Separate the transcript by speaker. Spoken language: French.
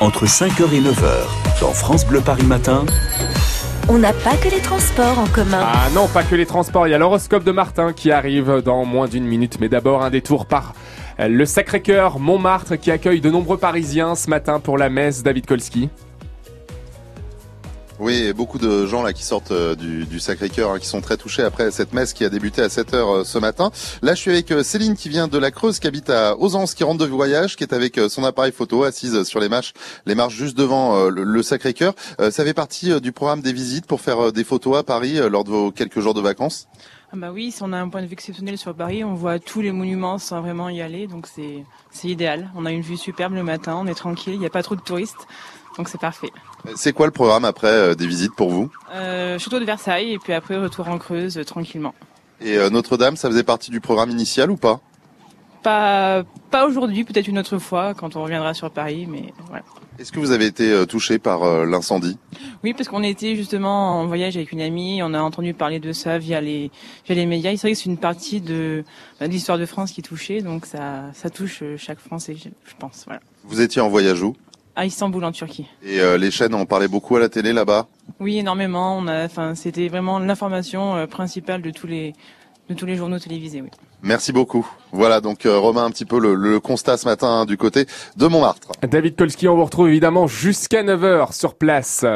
Speaker 1: entre 5h et 9h, dans France Bleu Paris Matin.
Speaker 2: On n'a pas que les transports en commun.
Speaker 3: Ah non, pas que les transports, il y a l'horoscope de Martin qui arrive dans moins d'une minute, mais d'abord un détour par le Sacré-Cœur Montmartre qui accueille de nombreux Parisiens ce matin pour la messe David Kolski.
Speaker 4: Oui, beaucoup de gens là qui sortent euh, du, du Sacré-Cœur, hein, qui sont très touchés après cette messe qui a débuté à 7 heures euh, ce matin. Là, je suis avec euh, Céline qui vient de la Creuse, qui habite à Ausence, qui rentre de voyage, qui est avec euh, son appareil photo assise sur les marches, les marches juste devant euh, le, le Sacré-Cœur. Euh, Ça fait partie du programme des visites pour faire euh, des photos à Paris lors de vos quelques jours de vacances.
Speaker 5: Ah bah oui, si on a un point de vue exceptionnel sur Paris, on voit tous les monuments sans vraiment y aller, donc c'est c'est idéal. On a une vue superbe le matin, on est tranquille, il n'y a pas trop de touristes, donc c'est parfait.
Speaker 4: Euh, C'est quoi le programme après euh, des visites pour vous
Speaker 5: euh, Château de Versailles et puis après retour en Creuse euh, tranquillement.
Speaker 4: Et euh, Notre-Dame, ça faisait partie du programme initial ou pas
Speaker 5: Pas pas aujourd'hui, peut-être une autre fois quand on reviendra sur Paris, mais voilà.
Speaker 4: Est-ce que vous avez été touché par euh, l'incendie
Speaker 5: Oui, parce qu'on était justement en voyage avec une amie, on a entendu parler de ça via les, via les médias. C'est vrai que c'est une partie de, bah, de l'histoire de France qui est touchée, donc ça, ça touche euh, chaque Français, je pense. Voilà.
Speaker 4: Vous étiez en voyage où
Speaker 5: À Istanbul, en Turquie.
Speaker 4: Et euh, les chaînes en parlaient beaucoup à la télé là-bas
Speaker 5: Oui, énormément. On a, enfin, c'était vraiment l'information euh, principale de tous les, de tous les journaux télévisés. Oui.
Speaker 4: Merci beaucoup. Voilà donc euh, Romain un petit peu le, le constat ce matin hein, du côté de Montmartre.
Speaker 3: David Kolski, on vous retrouve évidemment jusqu'à 9h sur place.